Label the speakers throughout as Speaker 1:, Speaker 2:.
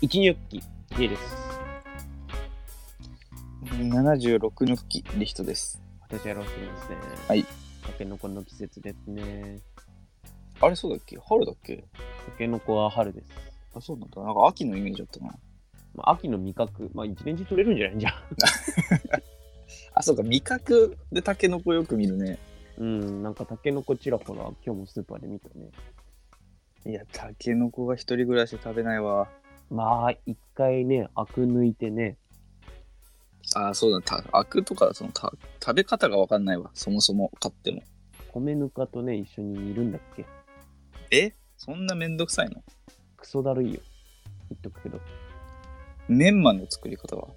Speaker 1: 一ニョッキ、家です。
Speaker 2: 76の吹きリヒトです。
Speaker 1: 私はロスですね。
Speaker 2: はい。
Speaker 1: タケノコの季節ですね。
Speaker 2: あれそうだっけ春だっけ
Speaker 1: タケノコは春です。
Speaker 2: あ、そうなんだ。なんか秋のイメージだったな。
Speaker 1: まあ、秋の味覚、まあ、一年中取れるんじゃないんじゃん。
Speaker 2: あ、そうか。味覚でタケノコよく見るね。
Speaker 1: うん、なんかタケノコちらほら、今日もスーパーで見たね。
Speaker 2: いや、タケノコが一人暮らしで食べないわ。
Speaker 1: まあ、一回ね、アク抜いてね、
Speaker 2: あ、そうだ。たアクとかそのた食べ方がわかんないわ。そもそも買っても。
Speaker 1: 米ぬかとね、一緒に煮るんだっけ。
Speaker 2: えそんなめんどくさいの
Speaker 1: クソだるいよ。言っとくけど。
Speaker 2: メンマの作り方は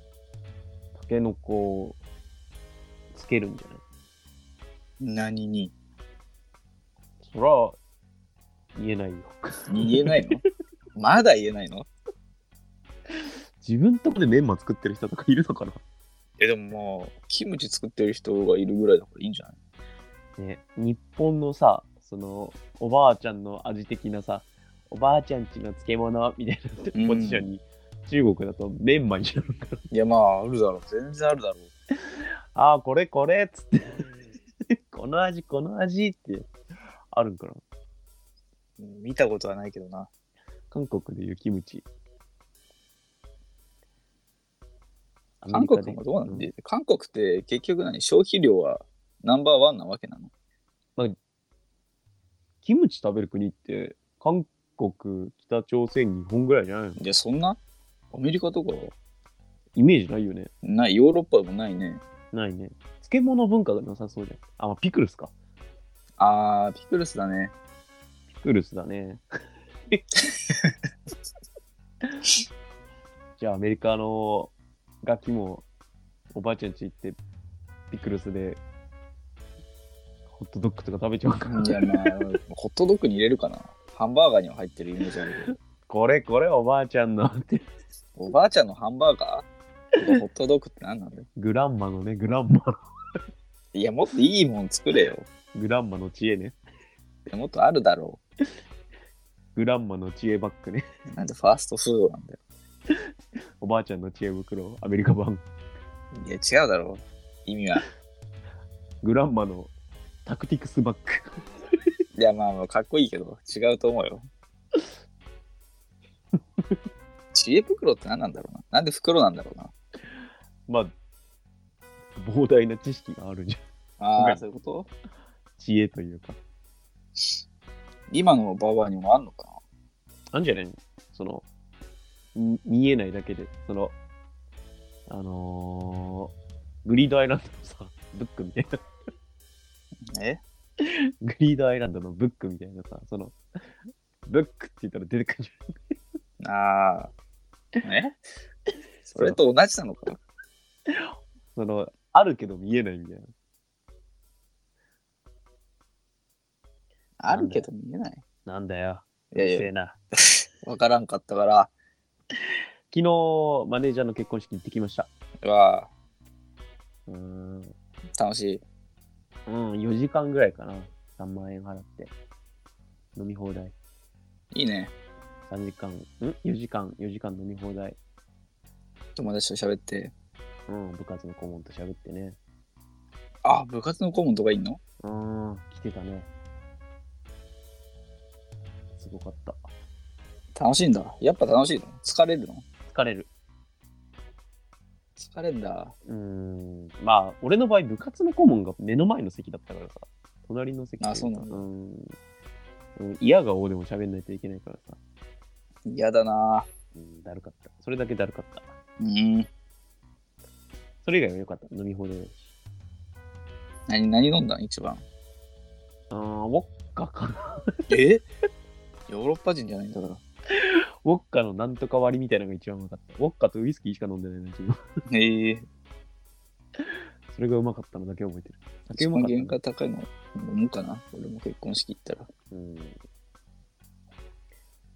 Speaker 1: タケノコをつけるんじゃない
Speaker 2: 何に
Speaker 1: そら、言えないよ。
Speaker 2: 言えないの まだ言えないの
Speaker 1: 自分とこでメンマ作ってる人とかいるのかな
Speaker 2: え、でもまあ、キムチ作ってる人がいるぐらいだからいいんじゃない
Speaker 1: ね、日本のさ、その、おばあちゃんの味的なさ、おばあちゃんちの漬物みたい
Speaker 2: うん
Speaker 1: なポジションに、中国だとメンマになるから、
Speaker 2: いや、まあ、あるだろう。全然あるだろう。
Speaker 1: ああ、これこれっつって、 この味、この味って、あるんかな。
Speaker 2: うん見たことはないけどな。
Speaker 1: 韓国でいうキムチ。アメ
Speaker 2: 韓
Speaker 1: リカ
Speaker 2: 国
Speaker 1: で
Speaker 2: はどうなんで、
Speaker 1: う
Speaker 2: 韓国って結局何消費量はナンバーワンなわけなの
Speaker 1: キムチ食べる国って、韓国、北朝鮮、日本ぐらいじゃないの
Speaker 2: いや、そんなアメリカとかは
Speaker 1: イメージないよね。
Speaker 2: ない、ヨーロッパもないね。
Speaker 1: ないね。漬物文化がなさそうじゃん。あ、まあ、ピクルスか。
Speaker 2: あー、ピクルスだね。
Speaker 1: ピクルスだ ね。じゃあアメリカのガキもおばあちゃん家行ってピクルスでホットドッグとか食べちゃうか
Speaker 2: いや、まあ、 ホットドッグに入れるかな。ハンバーガーには入ってるイメージあるけど。
Speaker 1: これこれおばあちゃんのって
Speaker 2: おばあちゃんのハンバーガーホットドッグって何なんだよ。
Speaker 1: グランマのねグランマ
Speaker 2: いや、もっといいもん作れよ。
Speaker 1: グランマの知恵ね
Speaker 2: いやもっとあるだろ
Speaker 1: グランマの知恵バッグね
Speaker 2: う。なんでファーストフードなんだよ。
Speaker 1: おばあちゃんの知恵袋アメリカ版
Speaker 2: いや、違うだろう。意味は。
Speaker 1: グランマのタクティクスバッグ
Speaker 2: いや、まあまあ、かっこいいけど、違うと思うよ。知恵袋って何なんだろうな。なんで袋なんだろうな。
Speaker 1: まあ膨大な知識があるんじゃん
Speaker 2: あ
Speaker 1: わ
Speaker 2: あ、
Speaker 1: かる
Speaker 2: そういうこと
Speaker 1: 知恵というか
Speaker 2: 今のババアにもあんのか
Speaker 1: あんじゃないその、み見えないだけで、その、あのー、グリードアイランドのさ、ブックみたいな、
Speaker 2: な。え
Speaker 1: グリードアイランドのブックみたいなさ、その、ブックって言ったら出てくるじゃん。
Speaker 2: ああ。えそれと同じなのか
Speaker 1: その、あるけど見えないみたいな。
Speaker 2: あるけど見えない。
Speaker 1: なんだよ、
Speaker 2: いや
Speaker 1: うる
Speaker 2: い
Speaker 1: せ
Speaker 2: や、
Speaker 1: えな。
Speaker 2: わからんかったから。
Speaker 1: 昨日、マネージャーの結婚式行ってきました。
Speaker 2: うわあ、
Speaker 1: うーん、
Speaker 2: 楽しい。
Speaker 1: うん、4時間ぐらいかな。3万円払って。飲み放題。
Speaker 2: いいね。
Speaker 1: 3時間、ん ?4 時間、4時間飲み放題。
Speaker 2: 友達と喋って。
Speaker 1: うん、部活の顧問と喋ってね。
Speaker 2: あ、部活の顧問とかいんの
Speaker 1: うーん、来てたね。すごかった。
Speaker 2: 楽しいんだ。やっぱ楽しいの疲れるの
Speaker 1: 疲れる。
Speaker 2: 疲れんだ。
Speaker 1: うーん。まあ、俺の場合、部活の顧問が目の前の席だったからさ。隣の席
Speaker 2: あそうなん
Speaker 1: ん
Speaker 2: だ
Speaker 1: うーん。うん嫌がおうでも喋んないといけないからさ。
Speaker 2: 嫌だな。
Speaker 1: うん、だるかった。それだけだるかった。
Speaker 2: うん。
Speaker 1: それ以外は良かった。飲み放題だし。
Speaker 2: 何、何飲んだん一番。
Speaker 1: あー、ウォッカかな。
Speaker 2: え ヨーロッパ人じゃないんだから。
Speaker 1: ウォッカのなんとか割りみたいなのが一番うまかった。ウォッカとウイスキーしか飲んでないの、自分。
Speaker 2: へえ。
Speaker 1: それがうまかったのだけ覚えてる。酒
Speaker 2: 一
Speaker 1: うま
Speaker 2: 番
Speaker 1: かった
Speaker 2: 原
Speaker 1: ね
Speaker 2: 価高いの飲むかな俺も結婚式行ったら。
Speaker 1: うんな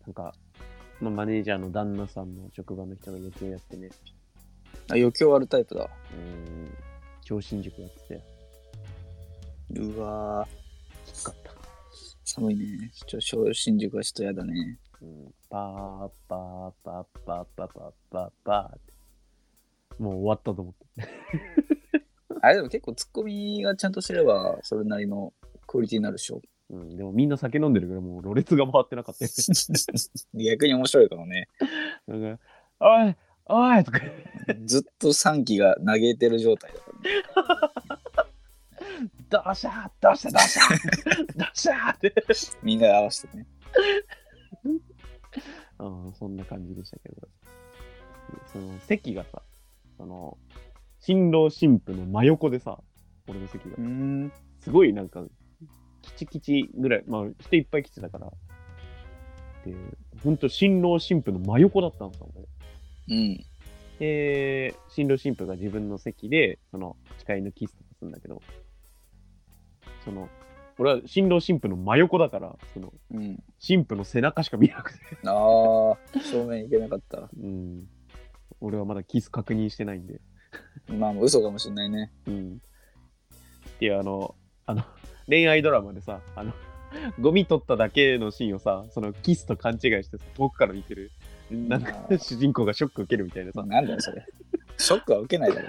Speaker 1: んか、まあ、マネージャーの旦那さんの職場の人が余興やってね、
Speaker 2: あ、余興あるタイプだ。
Speaker 1: うん、超新塾やってて、
Speaker 2: うわ
Speaker 1: きつかった。
Speaker 2: 寒いね。ちょ、小新宿はちょっとやだね。
Speaker 1: うん、パーパーパーパーパーパーパーパーって。もう終わったと思って。
Speaker 2: あれでも結構ツッコミがちゃんとすれば、それなりのクオリティになるでしょ。
Speaker 1: うん、でもみんな酒飲んでるからもうろれつが回ってなか ったよ
Speaker 2: 逆に面白いかもね。
Speaker 1: ね。なんかおいおいとか、
Speaker 2: ずっと3期が嘆いてる状態だからね。
Speaker 1: どうしたどうした どうしたどうしたって。
Speaker 2: みんなで合わせてね。
Speaker 1: うん、そんな感じでしたけど。その席がさ、その、新郎新婦の真横でさ、俺の席が。
Speaker 2: ん。
Speaker 1: すごいなんか、キチキチぐらい、まあ人いっぱい来てたから。で、ほんと新郎新婦の真横だったんですよ、俺。
Speaker 2: うん。
Speaker 1: で、新郎新婦が自分の席で、その、誓いのキスとかするんだけど、その、俺は新郎新婦の真横だから、その、
Speaker 2: うん。
Speaker 1: 新婦の背中しか見えなくて。
Speaker 2: ああ、正面いけなかった。
Speaker 1: うん。俺はまだキス確認してないんで。
Speaker 2: まあ、嘘かもしれないね。
Speaker 1: うん。っていう、あの、あの、恋愛ドラマでさ、あの、ゴミ取っただけのシーンをさ、そのキスと勘違いしてさ遠くから見てる、なんか
Speaker 2: あー
Speaker 1: 主人公がショック受けるみたいなさ、
Speaker 2: なんだよ、それ。ショックは受けないだろ。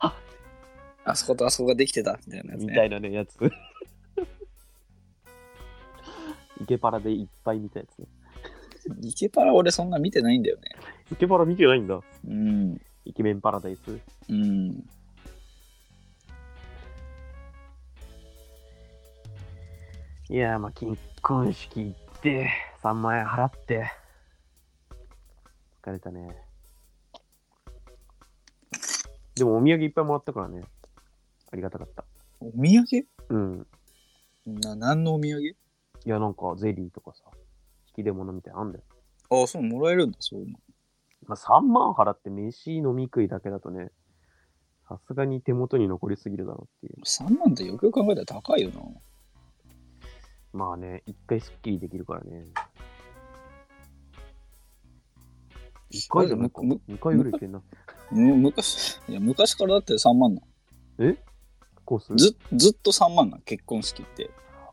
Speaker 1: あ
Speaker 2: あそことあそこができてたみたいなやつ
Speaker 1: みた
Speaker 2: ね。
Speaker 1: いなね、やつ。 イケパラでいっぱい見たやつね。
Speaker 2: イケパラ俺そんな見てないんだよね。
Speaker 1: イケパラ見てないんだ。
Speaker 2: うん。
Speaker 1: イケメンパラダイス。
Speaker 2: うん。
Speaker 1: いやー、まあ、結婚式行って、3万円払って。疲れたね。でもお土産いっぱいもらったからね。ありがたかった。
Speaker 2: お土産
Speaker 1: うん。
Speaker 2: な何のお土産
Speaker 1: いや、なんかゼリーとかさ、引き出物みたいなのあんだよ。
Speaker 2: ああ、そう、もらえるんだ、そういうの。
Speaker 1: まあ、3万払って飯飲み食いだけだとね、さすがに手元に残りすぎるだろうっていう。
Speaker 2: 3万ってよくよく考えたら高いよな。
Speaker 1: まあね、一回スッキリできるからね。一回じゃないか。
Speaker 2: むむ
Speaker 1: 二回ぐらいいけんな。
Speaker 2: む昔、いや、昔からだって3万な。
Speaker 1: コース
Speaker 2: ずずっと3万な、結婚式って。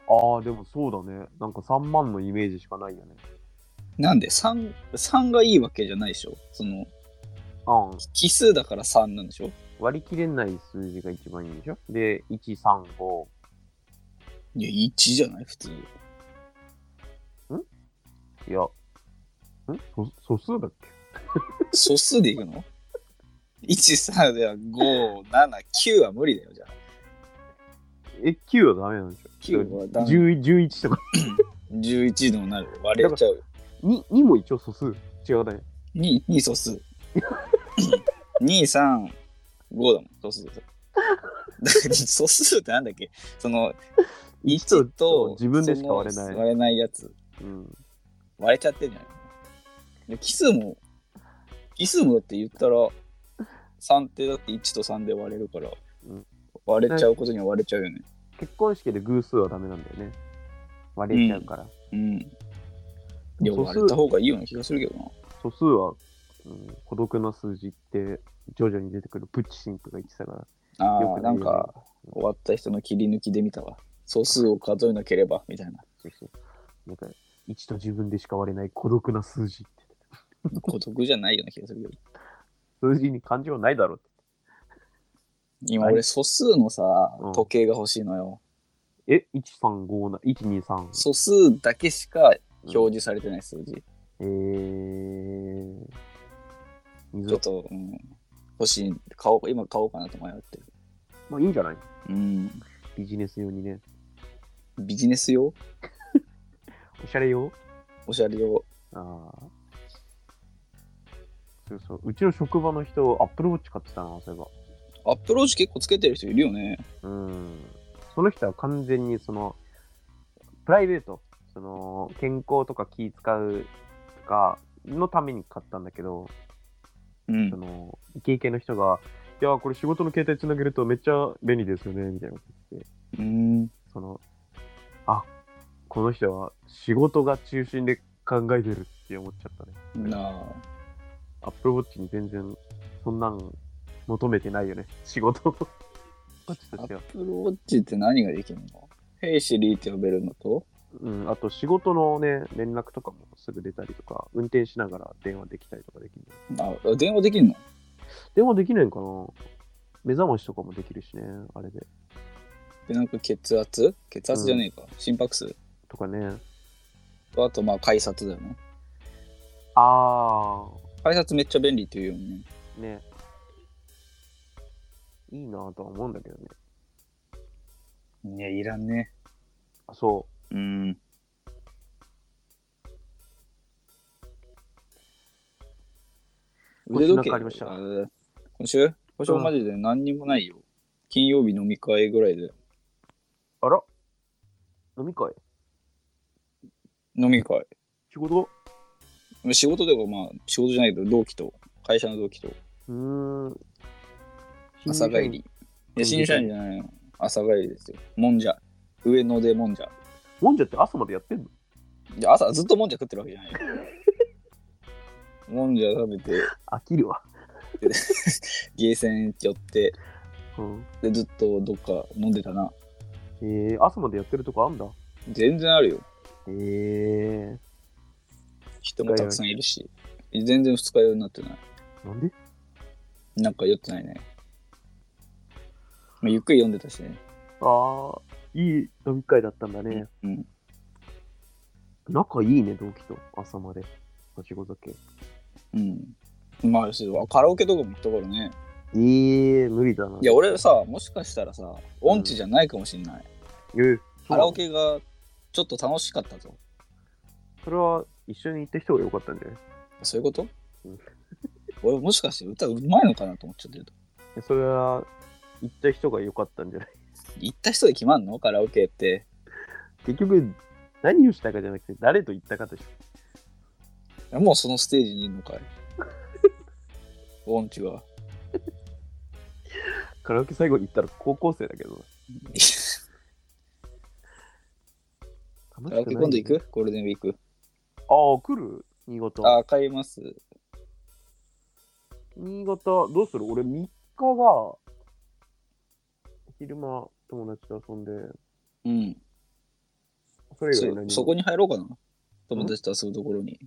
Speaker 1: ああ、でもそうだね。なんか3万のイメージしかないよね。
Speaker 2: なんで3、3がいいわけじゃないでしょ。その、
Speaker 1: あん。
Speaker 2: 奇数だから3なんでしょ。
Speaker 1: 割り切れない数字が一番いいんでしょで、1、3、5。
Speaker 2: いや、1じゃない普通。
Speaker 1: いや、んそ素数だっけ
Speaker 2: 素数でいくの ?1、3では5、7、9は無理だよ、じゃあ。
Speaker 1: え、9はダメなんでしょ
Speaker 2: 9はダメ。
Speaker 1: 10 ?11 とか。
Speaker 2: 11でもなる。割れちゃうよ。
Speaker 1: 2、2も一応素数。違うね。
Speaker 2: 2、2 素数。2、3、5だもん、素数。だから素数ってなんだっけその、1と
Speaker 1: 自分でしか割れ
Speaker 2: そ
Speaker 1: ない
Speaker 2: の割れないやつ。
Speaker 1: うん。
Speaker 2: 割れちゃってんじゃないで奇数も、奇数もだって言ったら、3ってだって1と3で割れるから
Speaker 1: うん、
Speaker 2: 割れちゃうことには割れちゃうよね。
Speaker 1: 結婚式で偶数はダメなんだよね。割れちゃうから。
Speaker 2: うん。いや、
Speaker 1: 素数
Speaker 2: 割れた方がいいような気がするけどな。
Speaker 1: 素数は、うん、孤独な数字って徐々に出てくるプッチシンクが言ってたから。
Speaker 2: あ
Speaker 1: よ
Speaker 2: あ、
Speaker 1: く
Speaker 2: な
Speaker 1: ないよ
Speaker 2: ん
Speaker 1: ね
Speaker 2: か、終わった人の切り抜きで見たわ。素数を数えなければ、みた いな。
Speaker 1: そうそう。なんか、1と自分でしか割れない孤独な数字って。
Speaker 2: 孤独じゃないような気がするけど。
Speaker 1: 数字に感情ないだろうって。
Speaker 2: 今、
Speaker 1: はい
Speaker 2: 俺、素数のさ
Speaker 1: うん、
Speaker 2: 時計が欲しいのよ。
Speaker 1: え、135な、123。
Speaker 2: 素数だけしか
Speaker 1: うん
Speaker 2: 表示されてない数字。
Speaker 1: えー。
Speaker 2: ちょ
Speaker 1: 水
Speaker 2: っと、うん、欲しい。買おう今買おうかなと迷ってる。
Speaker 1: まあいいんじゃない
Speaker 2: うん。
Speaker 1: ビジネス用にね。
Speaker 2: ビジネス用
Speaker 1: おしゃれ用
Speaker 2: おしゃれ用
Speaker 1: ああ。そうそう。うちの職場の人、アップルウォッチ買ってたな、そういえ
Speaker 2: アップローチ結構つけてる人いるよね。
Speaker 1: ば。うん。その人は完全にその、プライベート、その、健康とか気使うとか、のために買ったんだけど、
Speaker 2: うん
Speaker 1: そ。のイケイケの人が、いや、これ仕事の携帯つなげるとめっちゃ便利ですよね、みたいなこと言ってて、
Speaker 2: うん。
Speaker 1: その、あこの人は仕事が中心で考えてるって思っちゃったね。
Speaker 2: な
Speaker 1: ア
Speaker 2: あ。
Speaker 1: ップルウォッチに全然そんなん求めてないよね、仕事を。こっち
Speaker 2: ア
Speaker 1: として
Speaker 2: ッ
Speaker 1: は。
Speaker 2: プルウォッチって何ができるのヘイシリーって呼べるのと、
Speaker 1: うん、あと仕事のね、連絡とかもすぐ出たりとか、運転しながら電話できたりとかできる。
Speaker 2: あ、電話できるの
Speaker 1: 電話できないんかな目覚ましとかもできるしね、あれで。
Speaker 2: で、なんか血圧血圧じゃねえか。心拍数
Speaker 1: とかね。
Speaker 2: とあと、まあ、改札だよね。
Speaker 1: あ
Speaker 2: 改札めっちゃ便利っていうよね。
Speaker 1: ー、ね。いいなぁとは思うんだけどね。
Speaker 2: ね、いらんね。
Speaker 1: あ、そ
Speaker 2: うん。
Speaker 1: 今週なんかありました
Speaker 2: あー今週今週はマジで何にもないよ。金曜日飲み会ぐらいで。
Speaker 1: う。あら飲み会
Speaker 2: 飲み会。
Speaker 1: 仕事
Speaker 2: 仕事ではまあ、仕事じゃないけど、同期と、会社の同期と、
Speaker 1: うーん。
Speaker 2: 朝帰り。いや、新入社員じゃないの。朝帰りですよ。もんじゃ。上野でもんじゃ。
Speaker 1: もんじゃって朝までやってんの
Speaker 2: いや朝ずっともんじゃ食ってるわけじゃないよ。 もんじゃ食べて、
Speaker 1: 飽きるわ。
Speaker 2: ゲーセン寄って、
Speaker 1: うん。
Speaker 2: で、ずっとどっか飲んでたな。
Speaker 1: えー、朝までやってるとこあんだ。
Speaker 2: 全然あるよ。
Speaker 1: えー、
Speaker 2: 人もたくさんいるし。全然二日酔いになってない。
Speaker 1: なんで
Speaker 2: なんか酔ってないね。まあ、ゆっくり読んでたしね。
Speaker 1: ああ、いい飲み会だったんだね。
Speaker 2: うん。
Speaker 1: 仲いいね、同期と、朝まで。おちご酒。
Speaker 2: うん。まあ、そうカラオケとかも行ったからね。
Speaker 1: ええ無理だな。
Speaker 2: いや、俺さ、もしかしたらさ、音痴じゃないかもしんない。
Speaker 1: えー
Speaker 2: カラオケがちょっと楽しかったぞ。
Speaker 1: それは一緒に行った人が良かったんじゃない
Speaker 2: そういうこと
Speaker 1: うん
Speaker 2: 俺もしかして歌うまいのかなと思っちゃってると。
Speaker 1: えそれは行った人が良かったんじゃない
Speaker 2: 行った人で決まんのカラオケって。
Speaker 1: 結局、何をしたかじゃなくて、誰と行ったかでしょ。
Speaker 2: もうそのステージにいるの かい。音痴は。
Speaker 1: カラオケ最後に行ったら高校生だけど。楽しくない
Speaker 2: カラオケ今度行くゴールデンウィーク。
Speaker 1: ああ、来る新潟。
Speaker 2: あ、買います。
Speaker 1: 新潟、どうする俺3日が、昼間友達と遊んで、
Speaker 2: うん。
Speaker 1: それ以外何
Speaker 2: そ
Speaker 1: も
Speaker 2: そこに入ろうかな。友達と遊ぶところに。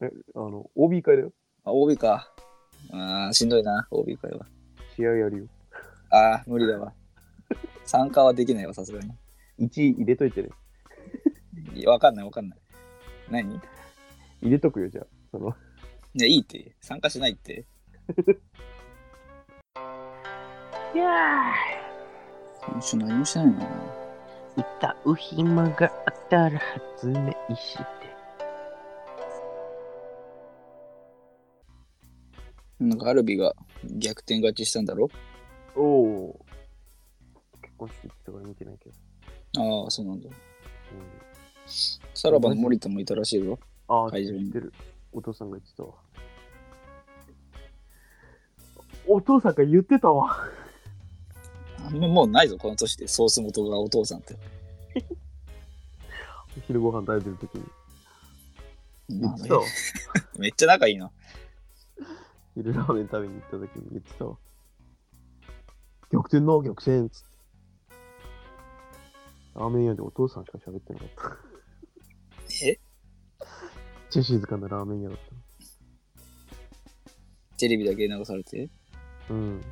Speaker 1: え、あの、OB 会だよ。
Speaker 2: あ、OB か。あーしんどいな、OB 会は。
Speaker 1: 試合やるよ。
Speaker 2: あー無理 だわ。参加はできないわ、さすが
Speaker 1: 1入れといてね。
Speaker 2: に。わかんない、わかんない。何い
Speaker 1: 入れとくよ、じゃあ。その、
Speaker 2: や、いいって。参加しないって。
Speaker 3: いや
Speaker 2: 今週何もしないな。
Speaker 3: ー歌う暇があったら発明して
Speaker 2: なんか、アルビが逆転勝ちしたんだろ
Speaker 1: おお。結婚式とか見てないけど。
Speaker 2: ああ、そうなんだ。
Speaker 1: うん
Speaker 2: さらばの森田もいたらしいぞ。
Speaker 1: ああ、
Speaker 2: 会
Speaker 1: 知
Speaker 2: 場
Speaker 1: っ
Speaker 2: に
Speaker 1: てる。お父さんが言ってたわ。お父さんが言ってたわ。
Speaker 2: あんまもうないぞ、この年で。ソース元がお父さんって。
Speaker 1: お昼ご飯食べてる時に。言
Speaker 2: ま
Speaker 1: ってた
Speaker 2: あ
Speaker 1: わ。
Speaker 2: めっちゃ仲いいな。
Speaker 1: 昼ラーメン食べに行った時に言ってたわ。逆転の逆転っつって。ラーメン屋でお父さんしか喋ってなかった。
Speaker 2: え
Speaker 1: めっちゃ静かなラーメン屋だっ
Speaker 2: テレビだけ流されて。
Speaker 1: た。うん。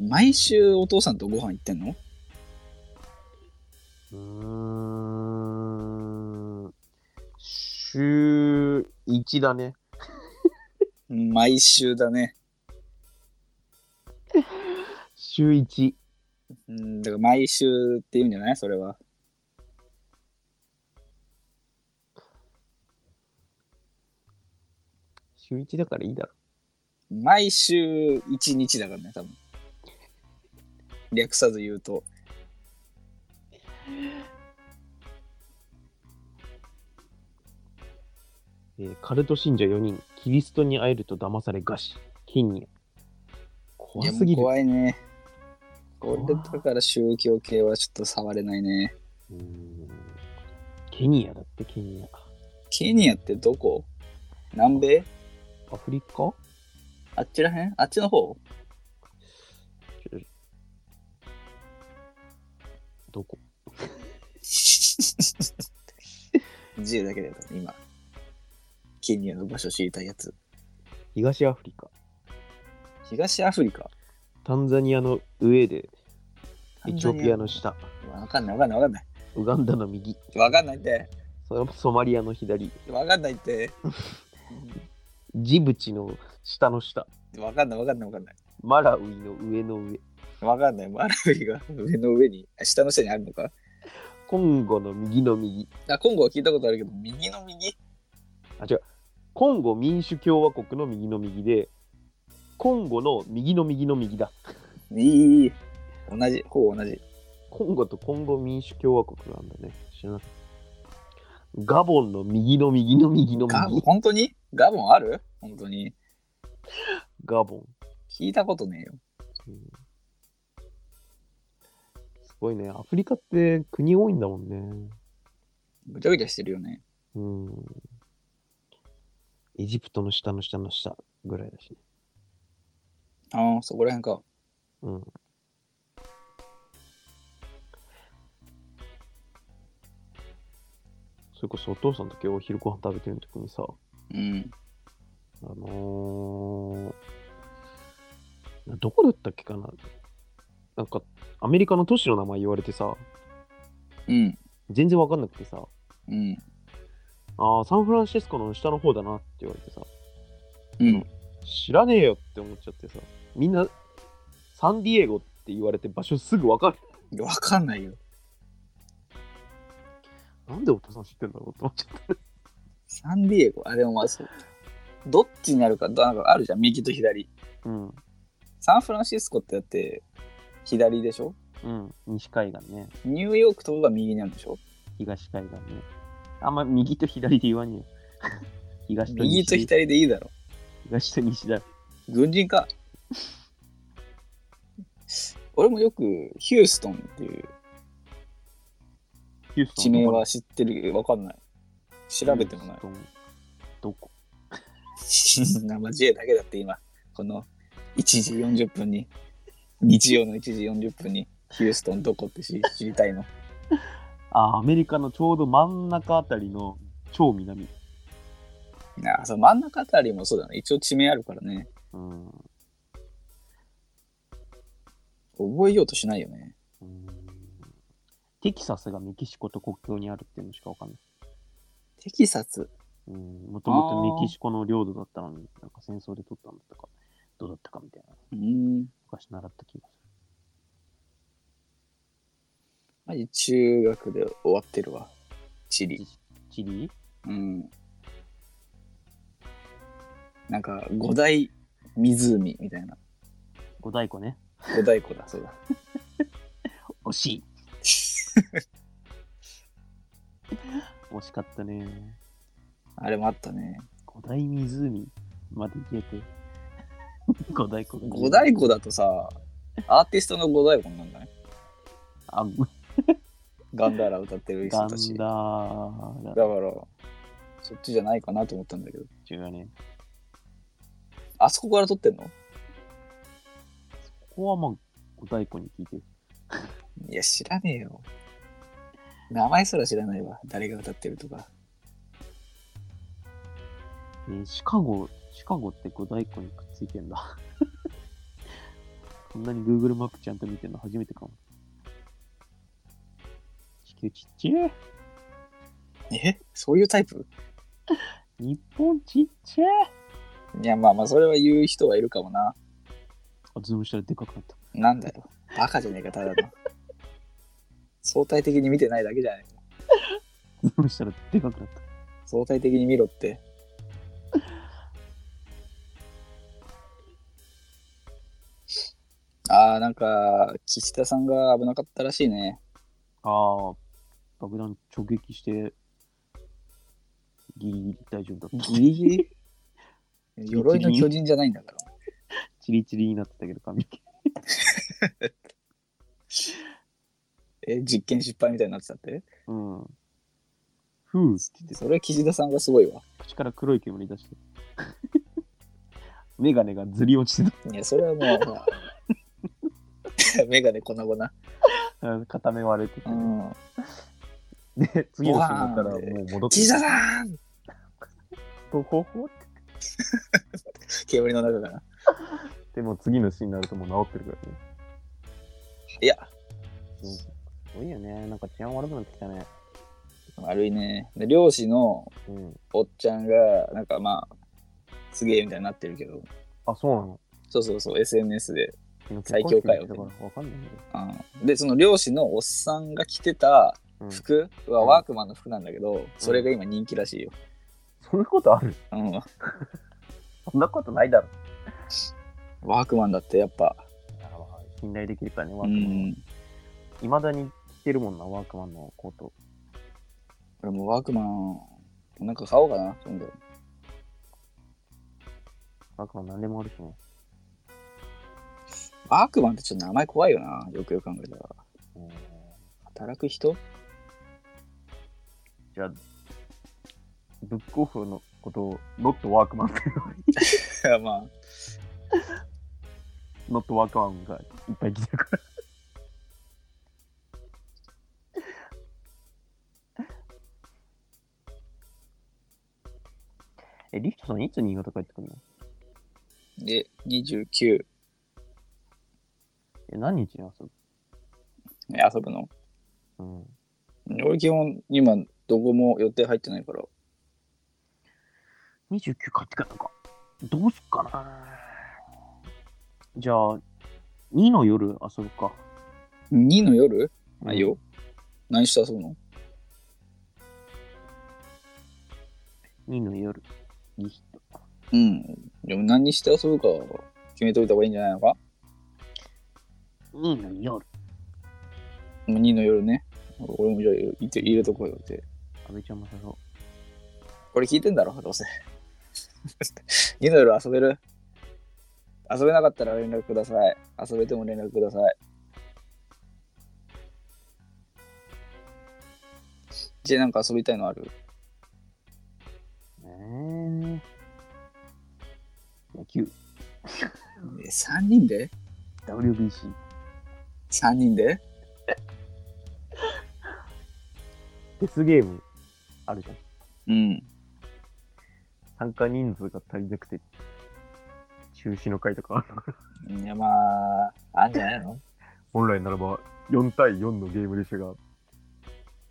Speaker 2: 毎週お父さんとご飯行ってんの
Speaker 1: うーん。週1だね。
Speaker 2: 毎週だね。
Speaker 1: 週1。
Speaker 2: うん、だから毎週って言うんじゃないそれは。
Speaker 1: 週1だからいいだろ。
Speaker 2: 毎週1日だからね、多分。略さず言うと。
Speaker 1: えーカルト信者4人、キリストに会えると騙され餓死、金に。怖すぎ
Speaker 2: いやもう
Speaker 1: る。
Speaker 2: 怖いね。これだから宗教系はちょっと触れないね。
Speaker 1: うーんケニアだって、ケニ
Speaker 2: ケニアってどこ南米
Speaker 1: ア。アフリカ
Speaker 2: あっちらへんあっちの 方
Speaker 1: どこ
Speaker 2: ち10だけだよ、今。ケニアの場所知りたいやつ。
Speaker 1: 東アフリカ、
Speaker 2: 東アフリカ
Speaker 1: タンザニアの上で、エチオピアの下、
Speaker 2: わかんないわかんないわかんない。
Speaker 1: ウガンダの右、
Speaker 2: わかんないって。
Speaker 1: そソマリアの左、
Speaker 2: わかんないって。
Speaker 1: ジブチの下の下、
Speaker 2: わかんないわかんないわかんない。
Speaker 1: マラウイの上の上、
Speaker 2: わかんない。マラウイが上の上に、あ下の下にあるのか
Speaker 1: コンゴの右の右、
Speaker 2: あ、今後は聞いたことあるけど、右の右
Speaker 1: あ、違う、コンゴ民主共和国の右の右で、コンゴの右の右の右だ。
Speaker 2: いい。同じ、ほぼ同じ。
Speaker 1: コンゴとコンゴ民主共和国なんだね。知らなかったガボンの右の右の右の
Speaker 2: ガ
Speaker 1: 右。
Speaker 2: 本当にガボンある本当に。
Speaker 1: ガボン。
Speaker 2: 聞いたことねえよ。
Speaker 1: うんすごいね。アフリカって国多いんだもんね。
Speaker 2: ぐちゃぐちゃしてるよね。
Speaker 1: うん。エジプトの下の下の下ぐらいだしね。
Speaker 2: ああ、そこら辺か。
Speaker 1: うん。それこそお父さんと今日お昼ご飯食べてる時にさ、
Speaker 2: うん。
Speaker 1: あのー、どこだったっけかななんか、アメリカの都市の名前言われてさ、
Speaker 2: うん。
Speaker 1: 全然わかんなくてさ、
Speaker 2: うん。
Speaker 1: ああ、サンフランシスコの下の方だなって言われてさ、
Speaker 2: うん。
Speaker 1: 知らねえよって思っちゃってさ、みんな、サンディエゴって言われて場所すぐわかる。
Speaker 2: わかんないよ。
Speaker 1: なんでお父さん知ってんだろうって思っちゃった。
Speaker 2: サンディエゴ。あ、でもまあそう。どっちになるか、なんかあるじゃん。右と左。
Speaker 1: うん。
Speaker 2: サンフランシスコってだって、左でしょ
Speaker 1: うん。西海岸ね。
Speaker 2: ニューヨークとかが右にあるでしょ
Speaker 1: 東海岸ね。あんま右と左で言わねえよ。 東と西。
Speaker 2: 右と左でいいだろ。
Speaker 1: 東と西だ。
Speaker 2: 軍人か。俺もよくヒューストンっていう
Speaker 1: ヒューストン
Speaker 2: 地名は知ってるけど、わかんない。調べてもない。
Speaker 1: ヒューストン。どこ
Speaker 2: 生自衛だけだって今、この1時40分に、日曜の1時40分に、ヒューストンどこって知知りた いの。
Speaker 1: あ、アメリカのちょうど真ん中あたりの超南。
Speaker 2: あそう真ん中あたりもそうだね。一応地名あるからね。
Speaker 1: うん。う
Speaker 2: 覚えようとしないよね。
Speaker 1: んテキサスがメキシコと国境にあるっていうのしかわかんない。
Speaker 2: テキサス。
Speaker 1: もともとメキシコの領土だったのに、なんか戦争で取ったんだったか、どうだったかみたいな。
Speaker 2: うん。
Speaker 1: 昔習った気がす
Speaker 2: マジ中学で終わってるわ。地
Speaker 1: る
Speaker 2: 理。。
Speaker 1: チリ
Speaker 2: うん。なんか、五大湖みたいな。
Speaker 1: 五大湖ね。
Speaker 2: 五大湖だ、そうだ。
Speaker 1: 惜しい。 惜しかったね。
Speaker 2: あれもあったね。
Speaker 1: 五大湖まで行けて。五大湖が
Speaker 2: 五大湖だとさ、アーティストの五大湖なんだね。
Speaker 1: あ、
Speaker 2: ガンダーラ歌ってる
Speaker 1: ガ
Speaker 2: 人
Speaker 1: ンダ
Speaker 2: たち。だか
Speaker 1: ー
Speaker 2: ら
Speaker 1: ラ、
Speaker 2: そっちじゃないかなと思ったんだけど。
Speaker 1: 違うね。
Speaker 2: あそこから撮ってんの
Speaker 1: ここはまあ、五大湖に聞いてる。
Speaker 2: いや、知らねえよ。名前すら知らないわ。誰が歌ってるとか。
Speaker 1: えーシカゴ、シカゴって五大湖にくっついてんだ。 こんなに Google マップちゃんと見てんの初めてかも。地球ちっちゃい。
Speaker 2: えそういうタイプ
Speaker 1: 日本ちっちゃい。
Speaker 2: いや、まあまあ、それは言う人はいるかもな。
Speaker 1: あ、ズームしたらでかくなった。
Speaker 2: なんだよ。バカじゃねえか、ただの。相対的に見てないだけじゃないか。
Speaker 1: ズームしたらでかくなった。
Speaker 2: 相対的に見ろって。ああ、なんか、岸田さんが危なかったらしいね。
Speaker 1: ああ、爆弾直撃して、ギリギリ大丈夫だった。
Speaker 2: ギリギリ 鎧の巨人じゃないんだから。
Speaker 1: チリチリになってたけど、髪の毛。
Speaker 2: え、実験失敗みたいになってたって
Speaker 1: うん。ふうって言って
Speaker 2: それは岸田さんがすごいわ。
Speaker 1: 口から黒い煙出 して。メガネがずり落ちて
Speaker 2: いや、それはもうさ、 メガネ粉々。
Speaker 1: た。片目割れてて。
Speaker 2: うん。
Speaker 1: で、次の週になったらもう戻って
Speaker 2: キザだーん
Speaker 1: とほほって
Speaker 2: 煙の中から。
Speaker 1: でも次の週になるともう治ってるからね。
Speaker 2: いや、
Speaker 1: すごいよね。なんか治安悪くなってきたね。
Speaker 2: 悪いね。で漁師の
Speaker 1: うん。
Speaker 2: おっちゃんが、なんかまあ、すげえみたいになってるけど、
Speaker 1: あ、そうなの
Speaker 2: そうそうそう、SNS で。
Speaker 1: 最
Speaker 2: 最
Speaker 1: 強
Speaker 2: 強
Speaker 1: か
Speaker 2: か
Speaker 1: よ。
Speaker 2: よ
Speaker 1: だからわかんないんだけど。
Speaker 2: うんで、その漁師のおっさんが着てた
Speaker 1: うん、そ
Speaker 2: 服は
Speaker 1: うん
Speaker 2: ワークマンの服なんだけど、それが今人気らしいよ。
Speaker 1: んなことある
Speaker 2: うん。
Speaker 1: そんなことないだろ。
Speaker 2: ワークマンだってやっぱ、
Speaker 1: 信頼できるからね、ワ
Speaker 2: う
Speaker 1: ークマンは。
Speaker 2: ん。
Speaker 1: いまだに着てるもんな、ワークマンのコート。
Speaker 2: 俺もワークマン、なんか買おうかな、今度。
Speaker 1: ワークマン何でもあるしね。
Speaker 2: ワークマンってちょっと名前怖いよな、よくよく考えたら。
Speaker 1: うん
Speaker 2: 働く人
Speaker 1: じゃあ、ブックオフのことを、ノットワークマンって言うのに
Speaker 2: まあ、
Speaker 1: ノットワークマンがいっぱい来てるから。 え、リフトさんいつ新潟帰ってくるの
Speaker 2: で、29、
Speaker 1: え、何日に遊ぶ
Speaker 2: ね遊ぶの
Speaker 1: うん。
Speaker 2: 俺基本、今、どこも予定入ってないから。
Speaker 1: 29買ってくるのか。どうすっかな。じゃあ、2の夜遊ぶか。
Speaker 2: 2の夜
Speaker 1: う
Speaker 2: あ、
Speaker 1: ん
Speaker 2: いいよ。何して遊ぶの
Speaker 1: 2の夜。リヒト。
Speaker 2: うん。でも何して遊ぶか、決めといた方がいいんじゃないのか
Speaker 1: 2の夜。
Speaker 2: ?2 の夜ね。俺もじゃあ入れて入れとこうよって。
Speaker 1: 阿部ちゃんも誘おう。
Speaker 2: これ聞いてんだろ、どうせ。2の夜遊べる遊べなかったら連絡ください。遊べても連絡ください。じゃあなんか遊びたいのある
Speaker 1: えー、野球、
Speaker 2: え ?3 人で
Speaker 1: WBC、
Speaker 2: ?3 人で
Speaker 1: デスゲームあるじゃん。
Speaker 2: うん。
Speaker 1: 参加人数が足りなくて、中止の回とかあるから、
Speaker 2: いやまあ、あんじゃないの
Speaker 1: 本来ならば4対4のゲームでしたが、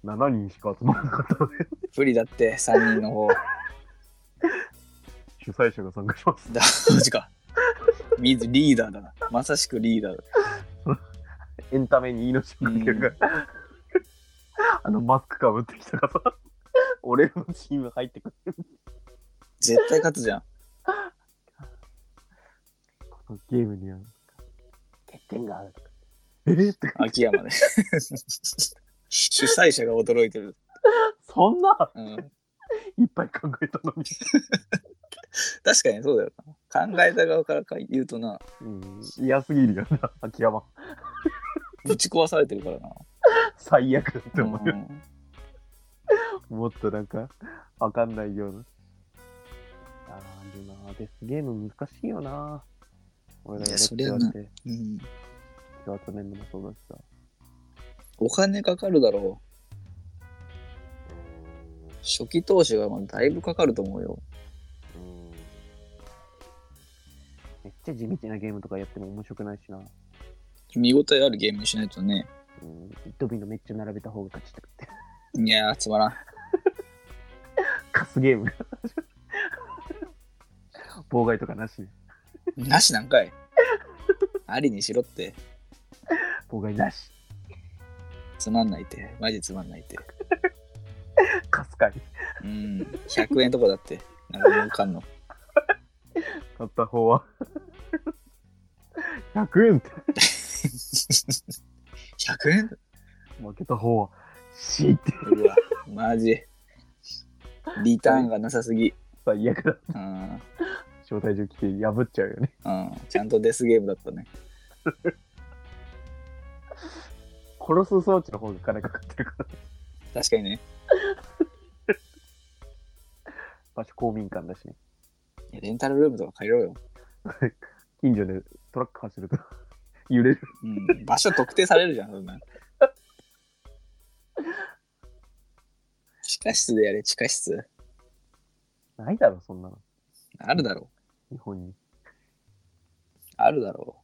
Speaker 1: 7人しか集まらなかったので、
Speaker 2: 不利だって、3人の 方。
Speaker 1: 主催者が参加します。
Speaker 2: だ、マジか。リーダーだな。まさしくリーダーだ。
Speaker 1: エンタメに命をかけるから。あのマスクかぶってきた からさ、俺のチーム入ってくる。
Speaker 2: 絶対勝つじゃん。
Speaker 1: このゲームには、欠点があるとか。えー、って
Speaker 2: 秋山 で。主催者が驚いてる。
Speaker 1: そんな
Speaker 2: うん。
Speaker 1: いっぱい考えたのに。
Speaker 2: 確かにそうだよな。考えた側からか言うとな、
Speaker 1: うん、嫌すぎるよな、秋山。
Speaker 2: ぶち壊されてるからな。
Speaker 1: 最悪だって思うよ、
Speaker 2: うん
Speaker 1: もっとなんか、わかんないような。あーでもな、デスゲーム難しいよな。俺がやれって言われ
Speaker 2: いやそ
Speaker 1: て、
Speaker 2: うん
Speaker 1: 人集めるのもそうだしさ。
Speaker 2: お金かかるだろう。初期投資がまあだいぶかかると思うよ。
Speaker 1: うんめっちゃ地道なゲームとかやっても面白くないしな。
Speaker 2: 見応えあるゲームにしないとね。
Speaker 1: うん、ドミノめっちゃ並べた方が勝ちとかって。
Speaker 2: いやー、つまらん。
Speaker 1: カスゲーム。 妨害とかなしね。
Speaker 2: なしなんかい。ありにしろって。
Speaker 1: 妨害なし。
Speaker 2: つまんないって。マジつまんないって。
Speaker 1: カスかに。
Speaker 2: うん。100円とかだって。なんか儲かんの。
Speaker 1: 買った方は。100円って。
Speaker 2: 100円
Speaker 1: 負けた方は、死って
Speaker 2: うわ、マジ。リターンがなさすぎ。
Speaker 1: 最悪だ。
Speaker 2: うん。
Speaker 1: 招待状来て破っちゃうよね。
Speaker 2: うん。ちゃんとデスゲームだったね。
Speaker 1: 殺す装置の方が金かかってるから。
Speaker 2: 確かにね。
Speaker 1: 場所公民館だしね。
Speaker 2: いやレンタルルームとか借りろよ。
Speaker 1: 近所でトラック走ると 揺れる。
Speaker 2: うん。場所特定されるじゃん、そんなん。下室でやれ、地下室。
Speaker 1: ないだろ、そんなの。
Speaker 2: あるだろう。
Speaker 1: 日本に。
Speaker 2: あるだろ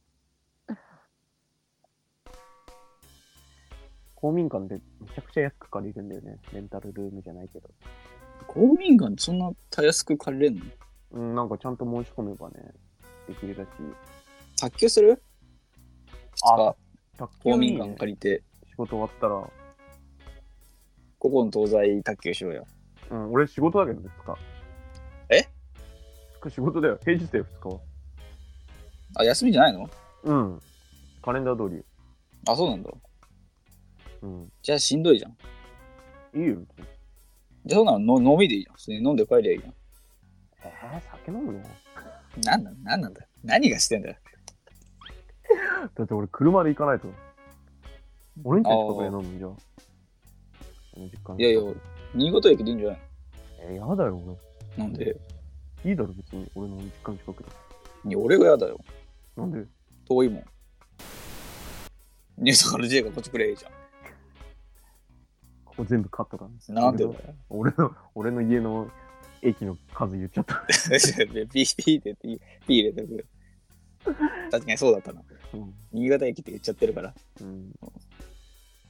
Speaker 1: 公民館でめちゃくちゃ安く借りるんだよね。レンタルルームじゃないけど。
Speaker 2: う。公民館そんなたやすく借りれんの
Speaker 1: うん、なんかちゃんと申し込めばね、できるらしい。
Speaker 2: 卓球する
Speaker 1: あ
Speaker 2: あ
Speaker 1: 卓球
Speaker 2: 公
Speaker 1: いい
Speaker 2: 民
Speaker 1: ね
Speaker 2: 館借りて、
Speaker 1: 仕事終わったら、
Speaker 2: ここの東西卓球しようよ。
Speaker 1: うん、俺仕事だけど、2日。
Speaker 2: え
Speaker 1: ?2 日仕事だよ。平日だよ、2日は。
Speaker 2: あ、休みじゃないの
Speaker 1: うん。カレンダー通り。
Speaker 2: あ、そうなんだ。
Speaker 1: うん。
Speaker 2: じゃあしんどいじゃん。
Speaker 1: いいよ、別に。
Speaker 2: じゃあそうなのの飲みでいいじゃん。普通に飲んで帰りゃいいじゃ
Speaker 1: えー、酒飲むの
Speaker 2: ん。なんなんなんなんだよ何がしてんだよ。
Speaker 1: だって俺車で行かないと。俺んちの近くで飲むんじゃん。
Speaker 2: いやいや新潟駅でいいんじゃない
Speaker 1: えやだよ、
Speaker 2: のなんで
Speaker 1: 俺。いいだろ、別に。俺の実家の近くで。
Speaker 2: いや俺が嫌だよ。
Speaker 1: なんで
Speaker 2: 遠いもん。ニュースから J がこっちくれいいじゃ
Speaker 1: ここ全部カットだ、ね。
Speaker 2: ん。なんでだよ。
Speaker 1: 俺の、俺の家の駅の数言っちゃった。
Speaker 2: ピーピーでピーピー入れてくる。確かにそうだったな。
Speaker 1: うん。
Speaker 2: 新潟駅って言っちゃってるから。
Speaker 1: うん。